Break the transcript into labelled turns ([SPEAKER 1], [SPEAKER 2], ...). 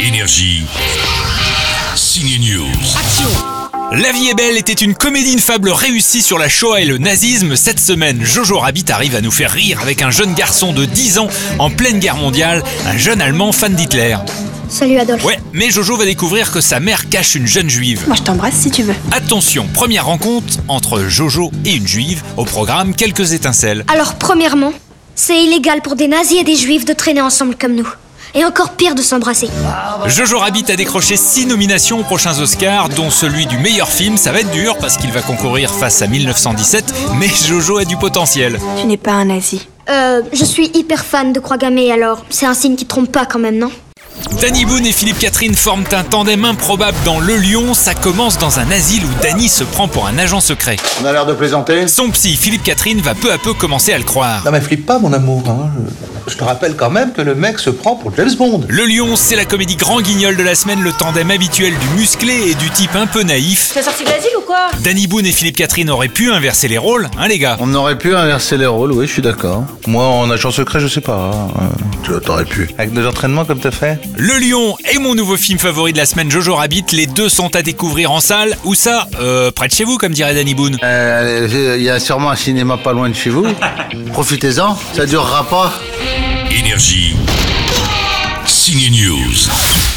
[SPEAKER 1] Énergie. Signe News.
[SPEAKER 2] La vie est belle était une comédie, une fable réussie sur la Shoah et le nazisme. Cette semaine, Jojo Rabbit arrive à nous faire rire avec un jeune garçon de 10 ans en pleine guerre mondiale, un jeune Allemand fan d'Hitler.
[SPEAKER 3] Salut Adolphe.
[SPEAKER 2] Ouais, mais Jojo va découvrir que sa mère cache une jeune juive.
[SPEAKER 3] Moi je t'embrasse si tu veux.
[SPEAKER 2] Attention, première rencontre entre Jojo et une juive, au programme quelques étincelles.
[SPEAKER 3] Alors premièrement, c'est illégal pour des nazis et des juifs de traîner ensemble comme nous. Et encore pire de s'embrasser.
[SPEAKER 2] Jojo Rabbit a décroché 6 nominations aux prochains Oscars, dont celui du meilleur film. Ça va être dur parce qu'il va concourir face à 1917, mais Jojo a du potentiel.
[SPEAKER 4] Tu n'es pas un nazi.
[SPEAKER 3] Euh, je suis hyper fan de Croix Gammée alors c'est un signe qui trompe pas quand même, non
[SPEAKER 2] Danny Boone et Philippe Catherine forment un tandem improbable dans Le Lion. Ça commence dans un asile où Danny se prend pour un agent secret.
[SPEAKER 5] On a l'air de plaisanter.
[SPEAKER 2] Son psy, Philippe Catherine, va peu à peu commencer à le croire.
[SPEAKER 6] Non mais flippe pas mon amour, hein. je, je te rappelle quand même que le mec se prend pour James Bond.
[SPEAKER 2] Le Lion, c'est la comédie grand guignol de la semaine, le tandem habituel du musclé et du type un peu naïf.
[SPEAKER 7] T'es sorti de l'asile ou quoi
[SPEAKER 2] Danny Boone et Philippe Catherine auraient pu inverser les rôles, hein les gars
[SPEAKER 5] On aurait pu inverser les rôles, oui, je suis d'accord.
[SPEAKER 6] Moi en agent secret je sais pas, hein.
[SPEAKER 5] Tu- T'aurais pu.
[SPEAKER 6] avec des entraînements comme t'as fait.
[SPEAKER 2] Le Lion et mon nouveau film favori de la semaine, Jojo Rabbit, les deux sont à découvrir en salle. Où ça Euh, Près de chez vous, comme dirait Danny Boone.
[SPEAKER 5] Euh, Il y a sûrement un cinéma pas loin de chez vous. Profitez-en, ça durera pas.
[SPEAKER 1] Énergie. Signe News.